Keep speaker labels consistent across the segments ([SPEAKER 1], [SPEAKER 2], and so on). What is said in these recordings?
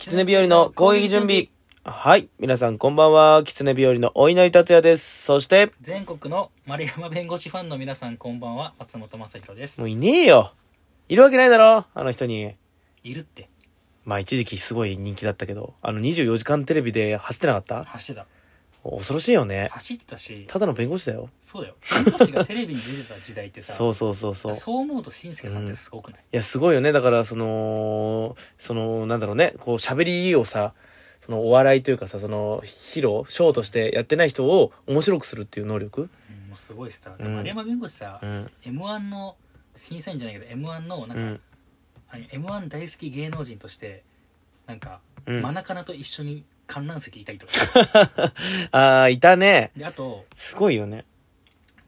[SPEAKER 1] 狐日和の攻撃準備。はい。皆さんこんばんは。狐日和のお稲荷達也です。そして、
[SPEAKER 2] 全国の丸山弁護士ファンの皆さんこんばんは松本雅弘です
[SPEAKER 1] もういねえよ。いるわけないだろあの人に。
[SPEAKER 2] いるって
[SPEAKER 1] まあ一時期すごい人気だったけど、あの24時間テレビで走ってなかった
[SPEAKER 2] 走って
[SPEAKER 1] 恐ろしいよ
[SPEAKER 2] た
[SPEAKER 1] ね。
[SPEAKER 2] 走ってたした
[SPEAKER 1] だの弁護士だよ。
[SPEAKER 2] そうだよ弁護士がテレビに出てた時代ってさ
[SPEAKER 1] そうそうそうそう。い
[SPEAKER 2] そう思うとしんすけさんってすごくない、
[SPEAKER 1] や、すごいよね。だから、その、その、なんだろうね。こう、喋りをさ、そのお笑いというかさ、その、披露、ショーとしてやってない人を面白くするっていう能力
[SPEAKER 2] うんもうすごいスター、
[SPEAKER 1] うん
[SPEAKER 2] 丸山弁護士さ、
[SPEAKER 1] うん。
[SPEAKER 2] m 1の審査員じゃないけど m 1のなんか、
[SPEAKER 1] うん。
[SPEAKER 2] m 1大好き芸能人としてなんか、
[SPEAKER 1] うん
[SPEAKER 2] マナカナと一緒に観覧席いたりと か
[SPEAKER 1] ああ、いたね。
[SPEAKER 2] であと
[SPEAKER 1] すごいよね。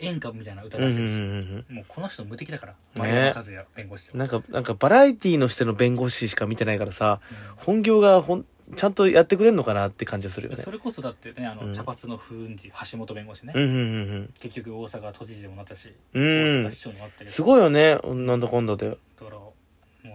[SPEAKER 2] 演歌みたいな歌
[SPEAKER 1] うんう
[SPEAKER 2] 出し
[SPEAKER 1] ん
[SPEAKER 2] て
[SPEAKER 1] う
[SPEAKER 2] る
[SPEAKER 1] ん
[SPEAKER 2] し、
[SPEAKER 1] うん。
[SPEAKER 2] もうこの人無敵だから
[SPEAKER 1] え
[SPEAKER 2] 丸山和也弁護士
[SPEAKER 1] なんか、なんかバラエティのしての弁護士しか見てないからさ、
[SPEAKER 2] うん
[SPEAKER 1] 本業がほん、ちゃんとやってくれんのかなって感じがするよね
[SPEAKER 2] そ。れこそだってねあの、
[SPEAKER 1] うん
[SPEAKER 2] 茶髪の風雲児橋本弁護士ね、
[SPEAKER 1] うんうんうん
[SPEAKER 2] 結局大阪都知事にもなったし、
[SPEAKER 1] うん。
[SPEAKER 2] 大
[SPEAKER 1] う
[SPEAKER 2] 阪
[SPEAKER 1] ん
[SPEAKER 2] 市。長にもなったり
[SPEAKER 1] す
[SPEAKER 2] だ
[SPEAKER 1] ごいよね。なんだかんだで。
[SPEAKER 2] からも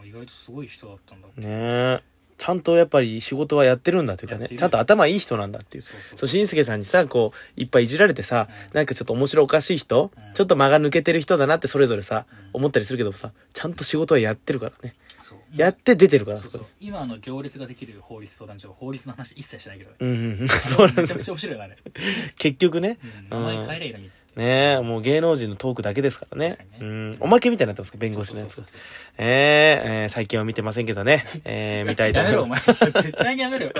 [SPEAKER 2] う意外とすごい人だったんだ、
[SPEAKER 1] ねえ。ちゃんとやっぱり仕事はやってるんだというか
[SPEAKER 2] や
[SPEAKER 1] ね
[SPEAKER 2] っ。てる
[SPEAKER 1] ちゃんと頭いい人なんだっていう。
[SPEAKER 2] そうそう
[SPEAKER 1] そう、しんすけさんにさ、こう、いっぱいいじられてさ、
[SPEAKER 2] うん
[SPEAKER 1] なんかちょっと面白おかしい人、
[SPEAKER 2] うん
[SPEAKER 1] ちょっと間が抜けてる人だなってそれぞれさ、
[SPEAKER 2] うん
[SPEAKER 1] 思ったりするけどさ、ちゃんと仕事はやってるからね。
[SPEAKER 2] そう
[SPEAKER 1] やって出てるから、
[SPEAKER 2] そ
[SPEAKER 1] そ
[SPEAKER 2] うそ
[SPEAKER 1] こ
[SPEAKER 2] う
[SPEAKER 1] で。
[SPEAKER 2] 今あの行列ができる法律相談所法律の話一切しないけどね
[SPEAKER 1] うんうん うん。そうなんで
[SPEAKER 2] めち
[SPEAKER 1] す
[SPEAKER 2] ゃく
[SPEAKER 1] よ。
[SPEAKER 2] ちゃ面白いよねあれ、
[SPEAKER 1] 結局ね。
[SPEAKER 2] うん
[SPEAKER 1] うん
[SPEAKER 2] 名前変えればいいのに
[SPEAKER 1] ねえ、もう芸能人のトークだけですからね。
[SPEAKER 2] 確かに
[SPEAKER 1] うん。
[SPEAKER 2] ね
[SPEAKER 1] おまけみたいになってますか弁護士のやつ
[SPEAKER 2] そう
[SPEAKER 1] が
[SPEAKER 2] そう。そう
[SPEAKER 1] えええー最近は見てませんけどね。ええ 見たいと
[SPEAKER 2] や
[SPEAKER 1] 思い
[SPEAKER 2] めろお
[SPEAKER 1] ま
[SPEAKER 2] 前絶対にやめろよ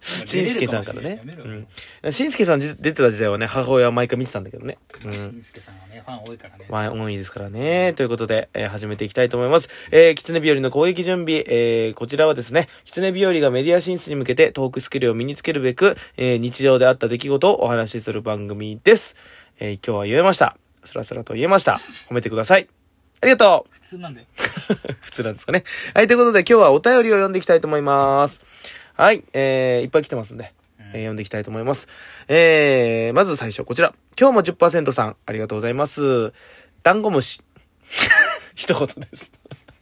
[SPEAKER 1] す。しんすけさんからね
[SPEAKER 2] やめろ。
[SPEAKER 1] うん。しんすけさんじ出てた時代はね、母親は毎回見てたんだけどね。う
[SPEAKER 2] し
[SPEAKER 1] ん。
[SPEAKER 2] んすけさんはねファン多いからね
[SPEAKER 1] ワンオンいいですからね。ということで、えー始めていきたいと思います。えー、狐日和の攻撃準備、えー、こちらはですね、狐日和がメディア進出に向けてトークスキルを身につけるべく、えー、日常であった出来事をお話しする番組です。えー、今日は言えました。スラスラと言えました。褒めてください。ありがとう
[SPEAKER 2] 普通なんで
[SPEAKER 1] 普通なんですかね。はい、ということで今日はお便りを読んでいきたいと思います。はい、えー、いっぱい来てますんで、えー読んでいきたいと思います。えー、まず最初こちら。今日も10%さん、ありがとうございます。ダンゴムシ。 一言です。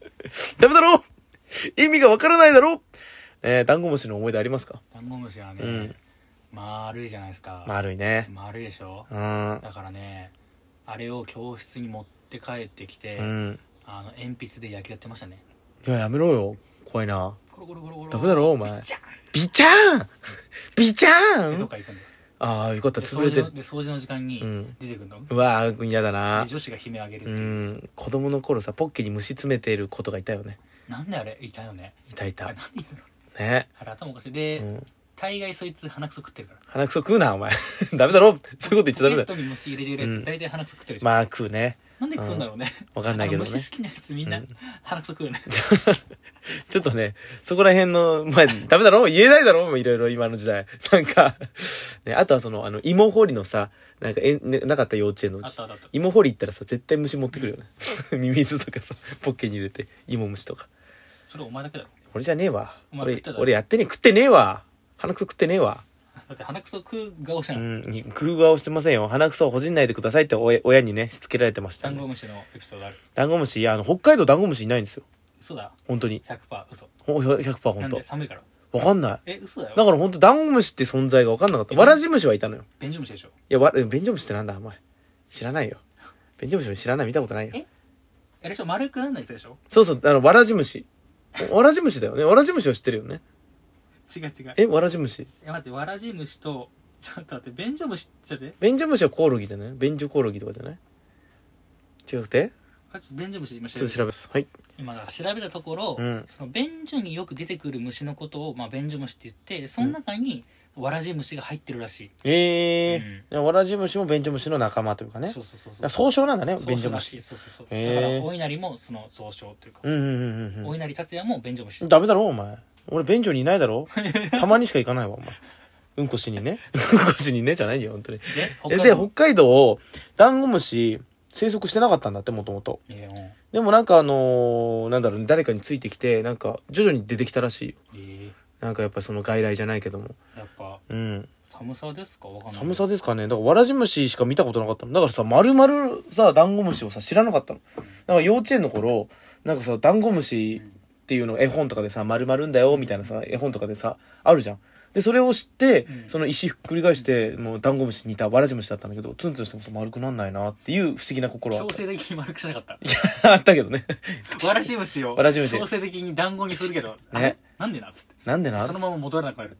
[SPEAKER 1] ダメだろ意味がわからないだろえー、ダンゴムシの思い出ありますか
[SPEAKER 2] ダンゴムシはね、
[SPEAKER 1] うん
[SPEAKER 2] 丸いじゃないですか、
[SPEAKER 1] 丸いね。
[SPEAKER 2] 丸いでしょ、
[SPEAKER 1] うん。
[SPEAKER 2] だからねあれを教室に持って帰ってきて、
[SPEAKER 1] うん。
[SPEAKER 2] あの鉛筆で野球やってましたね
[SPEAKER 1] いや、やめろよ。怖いな。
[SPEAKER 2] コロコロコロコロ
[SPEAKER 1] ダメだろお前
[SPEAKER 2] ジャン
[SPEAKER 1] ビチャーンビチャ
[SPEAKER 2] で
[SPEAKER 1] ー
[SPEAKER 2] どっ
[SPEAKER 1] ン
[SPEAKER 2] か行くんだよ
[SPEAKER 1] ああ、よかった。
[SPEAKER 2] で
[SPEAKER 1] 潰
[SPEAKER 2] 掃
[SPEAKER 1] れて
[SPEAKER 2] 除の
[SPEAKER 1] る。
[SPEAKER 2] で掃除の時間に
[SPEAKER 1] うん
[SPEAKER 2] 出てくるの、
[SPEAKER 1] うわー、嫌だな
[SPEAKER 2] で。女子が悲鳴あげる
[SPEAKER 1] う
[SPEAKER 2] っていう、
[SPEAKER 1] ん子供の頃さポッケに虫詰めてる子とかいたよね
[SPEAKER 2] なんであれいたよね
[SPEAKER 1] いたい
[SPEAKER 2] あ
[SPEAKER 1] た
[SPEAKER 2] れなんでいたの
[SPEAKER 1] ね
[SPEAKER 2] あれ頭おかしいで、
[SPEAKER 1] うん
[SPEAKER 2] 大概そいつ鼻くそ食ってるから
[SPEAKER 1] 鼻くそ食うなお前 ダメだろそういうこと言っちゃダメ
[SPEAKER 2] ポケッ
[SPEAKER 1] だ
[SPEAKER 2] ト
[SPEAKER 1] よ
[SPEAKER 2] に虫入れてるやつ、大体鼻くそ食ってるじゃん、
[SPEAKER 1] まあ食うね
[SPEAKER 2] なんで食うんだろうね、
[SPEAKER 1] わかんないけどね
[SPEAKER 2] あの虫好きなやつみんな鼻くそ食うよね、
[SPEAKER 1] ちょっとねそこら辺のまあダメだろ言えないだろもういろいろ今の時代なんか、ね、あとはそのあの芋掘りのさなんかえん、ねなかった幼稚園の
[SPEAKER 2] あっ
[SPEAKER 1] 時
[SPEAKER 2] たあったあった
[SPEAKER 1] 芋掘り行ったらさ絶対虫持ってくるよね ミミズとかさポッケに入れて芋虫とか
[SPEAKER 2] それお前だけだろ
[SPEAKER 1] 俺じゃねえわ
[SPEAKER 2] お前食
[SPEAKER 1] 俺
[SPEAKER 2] ってただろ
[SPEAKER 1] 俺やってねえ食ってねえわ鼻くそ食ってねえわ
[SPEAKER 2] だって鼻くそ食う顔じゃ、
[SPEAKER 1] うんん、工夫はしてませんよ。鼻くそをほじんないでくださいって親親にね、しつけられてました、
[SPEAKER 2] ダン
[SPEAKER 1] ね
[SPEAKER 2] ゴ。ムシのエピソードある
[SPEAKER 1] ダンゴムシ、いや、あの、北海道ダンゴムシいないんですよ。
[SPEAKER 2] 嘘だ
[SPEAKER 1] 本当に。
[SPEAKER 2] 100%嘘
[SPEAKER 1] ほ100%
[SPEAKER 2] な
[SPEAKER 1] 本
[SPEAKER 2] んで寒いから
[SPEAKER 1] 当。わかんない。
[SPEAKER 2] え嘘だよ
[SPEAKER 1] だから本当ダンゴムシって存在がわかんなかった。わらじ虫はいたのよ。
[SPEAKER 2] ベンジムシでしょ
[SPEAKER 1] いや、わベンジョムシってなんだ、お前。知らないよ。ベンジョムシも知らない、見たことないよ
[SPEAKER 2] え。あれでしょ丸くなんないやつでしょ
[SPEAKER 1] そうそう、あの、わらじ虫。わらじ虫だよね。わらじ虫を知ってるよね。
[SPEAKER 2] 違う違うえ
[SPEAKER 1] え、わらじ虫。
[SPEAKER 2] 待ってわらじ虫とちょっと待ってベンジムシちゃって
[SPEAKER 1] ベンジョムシはコオロギじゃないベンジョコオロギとかじゃない違くて
[SPEAKER 2] あちょっとベンジムシ今
[SPEAKER 1] ち
[SPEAKER 2] 調
[SPEAKER 1] ょっ
[SPEAKER 2] べ
[SPEAKER 1] と調べます。はい。
[SPEAKER 2] 今だから調べたところ、
[SPEAKER 1] うん
[SPEAKER 2] そのベンジュによく出てくる虫のことを、まあ、ベンジムシって言ってその中にわらじ虫が入ってるらしい、
[SPEAKER 1] ええー。わらじ虫もベンジョムシの仲間というかね。
[SPEAKER 2] そうそうそう
[SPEAKER 1] だから
[SPEAKER 2] そう
[SPEAKER 1] 総称なんだね、
[SPEAKER 2] そう
[SPEAKER 1] 便所
[SPEAKER 2] ら
[SPEAKER 1] 虫
[SPEAKER 2] しい。そうそうそう
[SPEAKER 1] へ
[SPEAKER 2] だから
[SPEAKER 1] ー
[SPEAKER 2] お稲荷もその総称というか、
[SPEAKER 1] うんうんうんうん
[SPEAKER 2] お稲荷達也もベンジムシ
[SPEAKER 1] うん。ダメだろ、お前。俺、便所にいないだ ろ。たまにしか行かないわ、お前。うんこしに ね。うんこしにね、じゃないよ、本当に。
[SPEAKER 2] で
[SPEAKER 1] え
[SPEAKER 2] 北海
[SPEAKER 1] で、
[SPEAKER 2] 道
[SPEAKER 1] 北海道、ダンゴムシ、生息してなかったんだって、もともと。
[SPEAKER 2] えーうん
[SPEAKER 1] でもなんかあのーなんだろうね、誰かについてきて、なんか、徐々に出てきたらしいよ。
[SPEAKER 2] え
[SPEAKER 1] なんかやっぱりその外来じゃないけども。
[SPEAKER 2] ーやっぱ
[SPEAKER 1] うん。
[SPEAKER 2] 寒さですかわかんない
[SPEAKER 1] 寒さですかね。だから、わらじ虫しか見たことなかったの。だからさ、丸々さ、ダンゴムシをさ、知らなかったの。だから幼稚園の頃、なんかさ、ダンゴムシっていうのが絵本とかでさ、丸まるんだよ、みたいなさ、絵本とかでさ、あるじゃん。で、それを知って、
[SPEAKER 2] うん
[SPEAKER 1] その石ひっくり返して、もうダンゴムシに似たわらじ虫だったんだけど、ツンツンしてもさ丸くなんないなっていう不思議な心はあっ
[SPEAKER 2] 強制的に丸くしなかった
[SPEAKER 1] た。あったけどね。
[SPEAKER 2] わらし虫を
[SPEAKER 1] わらじ虫
[SPEAKER 2] 強制的に団子にするけど、あ
[SPEAKER 1] ね
[SPEAKER 2] なんでなっつって
[SPEAKER 1] なんでな
[SPEAKER 2] そのまま戻らなくなる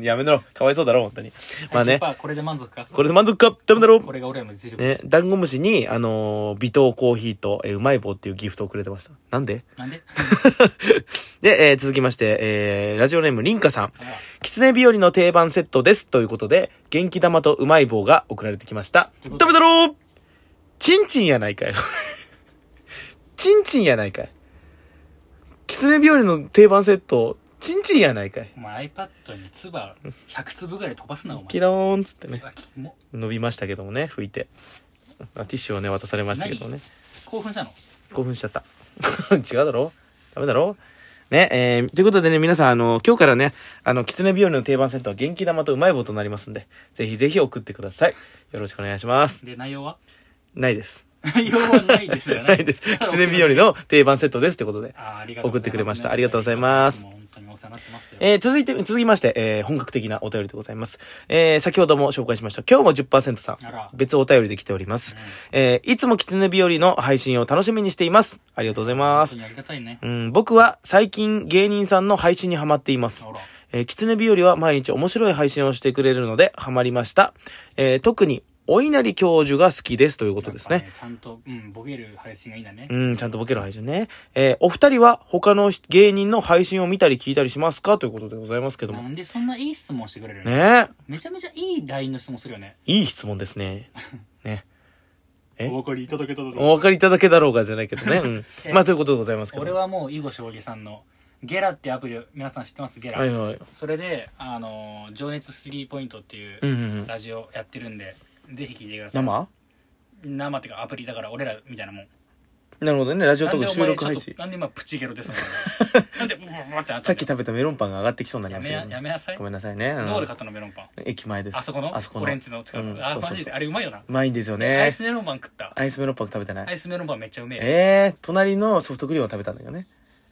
[SPEAKER 1] やめろ。かわいそうだろ、本当に。 まあね。
[SPEAKER 2] 10%これで満足か
[SPEAKER 1] これで満足かダメだろ
[SPEAKER 2] これが俺らの実力で
[SPEAKER 1] ね
[SPEAKER 2] す、、
[SPEAKER 1] ダンゴムシに、あのー微糖コーヒーと、えーうまい棒っていうギフトをくれてました。なんで
[SPEAKER 2] なんで
[SPEAKER 1] で、えー続きまして、えーラジオネーム、リンカさん。
[SPEAKER 2] あら
[SPEAKER 1] キツネ日和の定番セットです。ということで、元気玉とうまい棒が送られてきました。ダメだろうチンチンやない かよ。チンチンやないかい。キツネ日和の定番セット、チンチンやないかい。
[SPEAKER 2] お前 iPad に唾100粒ぐらい飛ばすなお前
[SPEAKER 1] キローンっつってね
[SPEAKER 2] う。わきも
[SPEAKER 1] 伸びましたけどもね、拭いて。あティッシュをね、渡されましたけどね。
[SPEAKER 2] 興奮したの
[SPEAKER 1] 興奮しちゃった。 違うだろダメだろね、えー、ということでね、皆さん、あの、今日からね、あの、狐日和の定番セットは元気玉とうまい棒となりますんで、ぜひぜひ送ってください。よろしくお願いします。
[SPEAKER 2] で内容は
[SPEAKER 1] ないです。
[SPEAKER 2] 内容はないですよ ね
[SPEAKER 1] ない です。狐日和の定番セットですってことで。
[SPEAKER 2] あーありがとう
[SPEAKER 1] 送
[SPEAKER 2] ございます
[SPEAKER 1] ってくれました。ありがとうございます。
[SPEAKER 2] もう本当にお世話になってますよ
[SPEAKER 1] えー続いて、続きまして、えー本格的なお便りでございます。えー先ほども紹介しました、今日も10%さん
[SPEAKER 2] あら、
[SPEAKER 1] 別お便りで来ております。えーいつも狐日和の配信を楽しみにしています。ありがとうございま
[SPEAKER 2] 本
[SPEAKER 1] す
[SPEAKER 2] 当。にありがたいね
[SPEAKER 1] うん、僕は最近芸人さんの配信にハマっています
[SPEAKER 2] あ。ら
[SPEAKER 1] えー、キツネ日和は毎日面白い配信をしてくれるのでハマりました。えー特に、お稲荷教授が好きですということです
[SPEAKER 2] やっぱ
[SPEAKER 1] ね。
[SPEAKER 2] ちゃんとうんボケる配信がいいんだね
[SPEAKER 1] うん、ちゃんとボケる配信ね。えーお二人は他の芸人の配信を見たり聞いたりしますかということでございますけど
[SPEAKER 2] な
[SPEAKER 1] も。
[SPEAKER 2] んでそんないい質問してくれるの
[SPEAKER 1] ねえ、
[SPEAKER 2] めちゃめちゃいい LINE の質問するよね
[SPEAKER 1] いい質問です ね。ね。え
[SPEAKER 2] お分かりいただけただろう
[SPEAKER 1] お分かりいただけだろうかじゃないけどね。 うん
[SPEAKER 2] え。
[SPEAKER 1] まあ、ということでございますけど。
[SPEAKER 2] 俺はもう囲碁将棋さんのゲラってアプリを皆さん知ってますゲラ、
[SPEAKER 1] はいはい。
[SPEAKER 2] それで「あのー情熱スリーポイント」ってい
[SPEAKER 1] うんうんう
[SPEAKER 2] うんラジオやってるんで、ぜひ聞いてください
[SPEAKER 1] 生
[SPEAKER 2] 生っていうかアプリだから俺らみたいなもん
[SPEAKER 1] なるほどね。ラジオ
[SPEAKER 2] な
[SPEAKER 1] ト
[SPEAKER 2] ん
[SPEAKER 1] ー
[SPEAKER 2] で
[SPEAKER 1] ク
[SPEAKER 2] お
[SPEAKER 1] 収
[SPEAKER 2] 前
[SPEAKER 1] 録
[SPEAKER 2] ちょっ
[SPEAKER 1] 配
[SPEAKER 2] と
[SPEAKER 1] 信。
[SPEAKER 2] なんで今プチゲロです なんでブブブブってなったんだよ
[SPEAKER 1] さっき食べたメロンパンが上がってきそうになり
[SPEAKER 2] や
[SPEAKER 1] まし
[SPEAKER 2] め
[SPEAKER 1] た
[SPEAKER 2] や
[SPEAKER 1] けど
[SPEAKER 2] やめなさい
[SPEAKER 1] ご
[SPEAKER 2] ど
[SPEAKER 1] めんなさいね。うん
[SPEAKER 2] こで買ったのメロンパン
[SPEAKER 1] 駅前です。
[SPEAKER 2] あそこの
[SPEAKER 1] あそこの。
[SPEAKER 2] 俺んちの近く、
[SPEAKER 1] うん
[SPEAKER 2] あ
[SPEAKER 1] そうそう
[SPEAKER 2] マジ
[SPEAKER 1] そ
[SPEAKER 2] で
[SPEAKER 1] う
[SPEAKER 2] あれうまいよな
[SPEAKER 1] うまいんですよ
[SPEAKER 2] アイ
[SPEAKER 1] ね
[SPEAKER 2] ス。メロンパン食った
[SPEAKER 1] アイスメロンパン食べてな
[SPEAKER 2] ア
[SPEAKER 1] い
[SPEAKER 2] イスメロンパンめっちゃうめえ
[SPEAKER 1] ええ隣のソフトクリームを食べたんだけどね。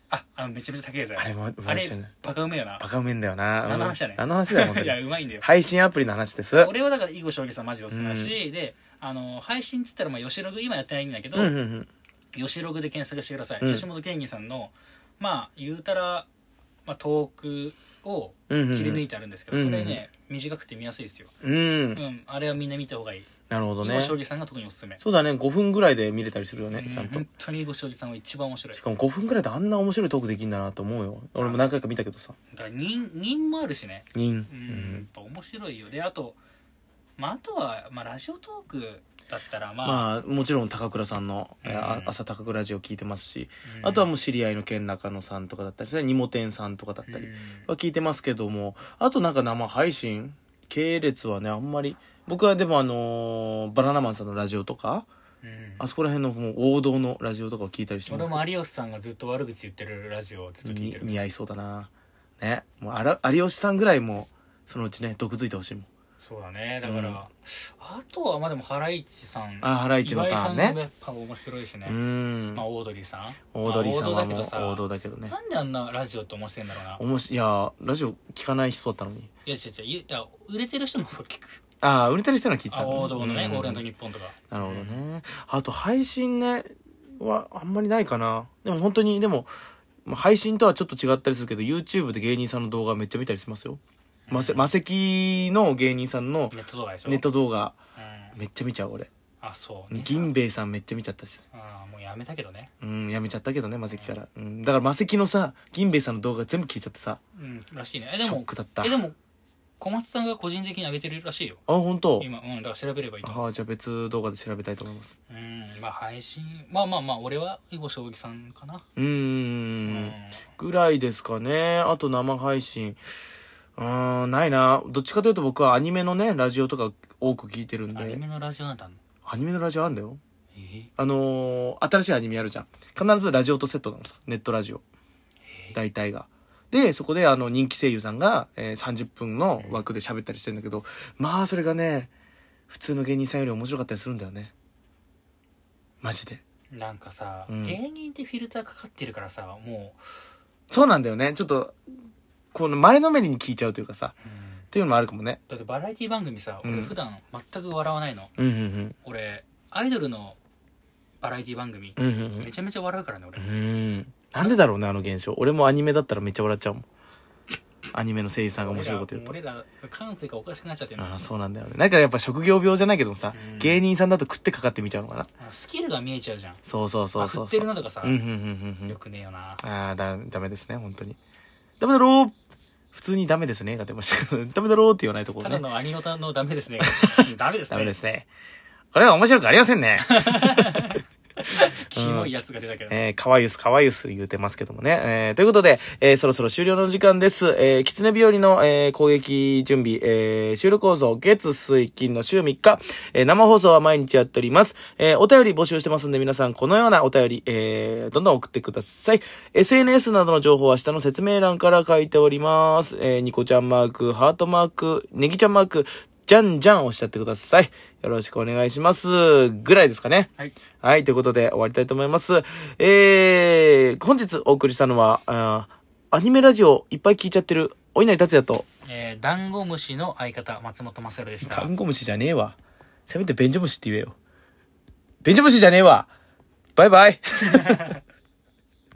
[SPEAKER 2] ああのめちゃめちゃ高いやつだよ
[SPEAKER 1] あれもうま
[SPEAKER 2] あ
[SPEAKER 1] いっ
[SPEAKER 2] れ
[SPEAKER 1] すよね
[SPEAKER 2] バカうめえよな
[SPEAKER 1] バカうめえんだよな。
[SPEAKER 2] 何の話だね
[SPEAKER 1] あの話だよ、本当
[SPEAKER 2] いやう
[SPEAKER 1] に。
[SPEAKER 2] まいんだよ
[SPEAKER 1] 配信アプリの話です。うん
[SPEAKER 2] 俺はだから囲碁将棋さんマジでおすすめだし、であの配信っつったらまあ吉ログ今やってないんだけど、
[SPEAKER 1] うんうん。
[SPEAKER 2] 吉ログで検索してください、
[SPEAKER 1] うん
[SPEAKER 2] 吉本健二さんのまあ言うたら、まあ、トークを
[SPEAKER 1] うんうんうん
[SPEAKER 2] 切り抜いてあるんですけど、
[SPEAKER 1] うんうん
[SPEAKER 2] そ
[SPEAKER 1] うん
[SPEAKER 2] れね短くて見やすいですよ、
[SPEAKER 1] うん
[SPEAKER 2] うん。あれはみんな見た方がいい
[SPEAKER 1] なるほ
[SPEAKER 2] 囲
[SPEAKER 1] ど
[SPEAKER 2] 碁
[SPEAKER 1] ね。
[SPEAKER 2] 将棋さんが特におすすめ、
[SPEAKER 1] そうだね、5分ぐらいで見れたりするよね
[SPEAKER 2] う、ん
[SPEAKER 1] ちゃんと
[SPEAKER 2] 本。当に囲碁将棋さんは一番面白い
[SPEAKER 1] しかも5分ぐらいであんな面白いトークできんだなと思うよ。俺も何回か見たけどさ。
[SPEAKER 2] だから人人もあるしね
[SPEAKER 1] 人。う
[SPEAKER 2] うん、やっ
[SPEAKER 1] ん
[SPEAKER 2] ぱ面白いよであとまああとは、まあ、ラジオトークだったらまあ、
[SPEAKER 1] まあ、もちろん高倉さんの、えーあ
[SPEAKER 2] うん
[SPEAKER 1] 朝高倉ラジオ聞いてますし、
[SPEAKER 2] うん
[SPEAKER 1] あとはもう知り合いの県中野さんとかだったりして、ニモテンさんとかだったり
[SPEAKER 2] うん
[SPEAKER 1] は聞いてますけども、あとなんか生配信系列はね、あんまり、僕はでもあのーバナナマンさんのラジオとか、
[SPEAKER 2] うん
[SPEAKER 1] あそこら辺のもう王道のラジオとかを聞いたりしてます
[SPEAKER 2] 俺
[SPEAKER 1] けど
[SPEAKER 2] も有吉さんがずっと悪口言ってるラジオをずっと聞い
[SPEAKER 1] に
[SPEAKER 2] てる
[SPEAKER 1] 似合いそうだな。ね。もうあら、有吉さんぐらいも、そのうちね、毒づいてほしいもん。
[SPEAKER 2] そうだねだから、
[SPEAKER 1] うん
[SPEAKER 2] あとはまあでもハライチさん
[SPEAKER 1] あハライチのターンね
[SPEAKER 2] 岩井さんもやっぱ面白いしね、
[SPEAKER 1] うーん
[SPEAKER 2] まあ。オードリーさん
[SPEAKER 1] オードリーさん
[SPEAKER 2] まあ
[SPEAKER 1] は
[SPEAKER 2] 王道だ
[SPEAKER 1] も
[SPEAKER 2] けど
[SPEAKER 1] う
[SPEAKER 2] さ
[SPEAKER 1] 王道だけどね。
[SPEAKER 2] なんであんなラジオって面白いんだろうな
[SPEAKER 1] おもし、いやー、ラジオ聞かない人だったのに。
[SPEAKER 2] いや違う違ういや売れてる人の方が聞く
[SPEAKER 1] ああ、売れてる人のは聞いてた
[SPEAKER 2] あ
[SPEAKER 1] んだね
[SPEAKER 2] 王道のね、
[SPEAKER 1] うん
[SPEAKER 2] ゴールデンと日本とか
[SPEAKER 1] なるほどね。あと配信ね、はあんまりないかな。でも本当に、でも、まあ配信とはちょっと違ったりするけど、YouTube で芸人さんの動画めっちゃ見たりしますよ。マセ、マセキの芸人さんの
[SPEAKER 2] ネット動画でしょ
[SPEAKER 1] ネット動画
[SPEAKER 2] うん
[SPEAKER 1] めっちゃ見ちゃう俺。
[SPEAKER 2] あそうね
[SPEAKER 1] 銀兵衛さんめっちゃ見ちゃったし。
[SPEAKER 2] あーもうやめたけどね
[SPEAKER 1] うん、やめちゃったけどね、マセキから。うん、だからマセキのさ、銀兵衛さんの動画全部消えちゃってさ。
[SPEAKER 2] うんらしいねえで
[SPEAKER 1] ショッ
[SPEAKER 2] も
[SPEAKER 1] クだった
[SPEAKER 2] え。でも小松さんが個人的に上げてるらしいよ
[SPEAKER 1] あ、本当
[SPEAKER 2] 今うんだから調べればいいと思う
[SPEAKER 1] ああ、じゃあ別動画で調べたいと思います。
[SPEAKER 2] うんまあ配信まあまあまあ俺は囲碁将棋さんかな
[SPEAKER 1] う
[SPEAKER 2] う
[SPEAKER 1] ーん。ぐらいですかね。あと生配信。うーん、ないな。どっちかというと僕はアニメのね、ラジオとか多く聞いてるんで。
[SPEAKER 2] ア
[SPEAKER 1] アニ
[SPEAKER 2] ニ
[SPEAKER 1] メ
[SPEAKER 2] メのラジオなんてあんの
[SPEAKER 1] のラジオあるんだよ。
[SPEAKER 2] え
[SPEAKER 1] あのー新しいアニメやるじゃん。必ずラジオとセットなのさ。ネットラジオ。大体が。で、そこであの人気声優さんが、えー30分の枠で喋ったりしてんだけど、まあそれがね、普通の芸人さんより面白かったりするんだよね。マジで。
[SPEAKER 2] なんかさ、
[SPEAKER 1] うん
[SPEAKER 2] 芸人ってフィルターかかってるからさも
[SPEAKER 1] そうなんだよね。ちょっと、この前のめりに聞いちゃうというかさ、
[SPEAKER 2] う、うん
[SPEAKER 1] っていうのもあるかもね。
[SPEAKER 2] だってバラエティ番組さ
[SPEAKER 1] う
[SPEAKER 2] 俺
[SPEAKER 1] ん
[SPEAKER 2] 普段全く笑わないの、
[SPEAKER 1] うんうん
[SPEAKER 2] 俺アイドルのバラエティ番組、
[SPEAKER 1] うん。うんうんうん
[SPEAKER 2] めちゃめちゃ笑うからね俺、
[SPEAKER 1] うん。なんでだろうね、あの現象。俺もアニメだったらめっちゃ笑っちゃうもん。アニメの声優さんが面白いこと言うと。
[SPEAKER 2] 俺ら俺ら感性がおかしくなっちゃってる
[SPEAKER 1] ああ、そうなんだよね。なんかやっぱ職業病じゃないけどさ、
[SPEAKER 2] うん
[SPEAKER 1] 芸人さんだと食ってかかってみちゃうのかな。
[SPEAKER 2] スキルが見えちゃうじゃん
[SPEAKER 1] そうそうそうそ
[SPEAKER 2] あ
[SPEAKER 1] う
[SPEAKER 2] 振っ
[SPEAKER 1] そ
[SPEAKER 2] て
[SPEAKER 1] う。
[SPEAKER 2] るのとかさ、
[SPEAKER 1] うんうんうんうんう
[SPEAKER 2] よ
[SPEAKER 1] ん。
[SPEAKER 2] くねえよ
[SPEAKER 1] あ
[SPEAKER 2] な
[SPEAKER 1] あ、だ、ダメですね、本当に。ダメだろう普通にダメですねが出ましたけど、ダメだろうって言わないとこ
[SPEAKER 2] た
[SPEAKER 1] ろ
[SPEAKER 2] だ
[SPEAKER 1] ね。
[SPEAKER 2] のアニオタのダメです ねダメですね
[SPEAKER 1] ダメですね。これは面白くありませんね。
[SPEAKER 2] キモいやつが出たけど、
[SPEAKER 1] えー、かわゆすかわゆす言うてますけどもね。えー、ということで、えー、そろそろ終了の時間です。えー、狐日和の、えー、攻撃準備、えー、収録放送、月、水、金の週3日、えー、生放送は毎日やっております。えー、お便り募集してますんで、皆さんこのようなお便り、えー、どんどん送ってください。SNS などの情報は下の説明欄から書いております。えー、ニコちゃんマーク、ハートマーク、ネギちゃんマーク、じゃんじゃんおっしゃってください。よろしくお願いします。ぐらいですかね。
[SPEAKER 2] はい
[SPEAKER 1] はい、ということで終わりたいと思います。えー、本日お送りしたのは、あーアニメラジオいっぱい聞いちゃってる、お稲荷達也と、
[SPEAKER 2] えー、ダンゴムシの相方松本まさるでした
[SPEAKER 1] ダンゴムシじゃねえわ。せめてベンジョムシって言えよ。ベンジョムシじゃねえわバイバイ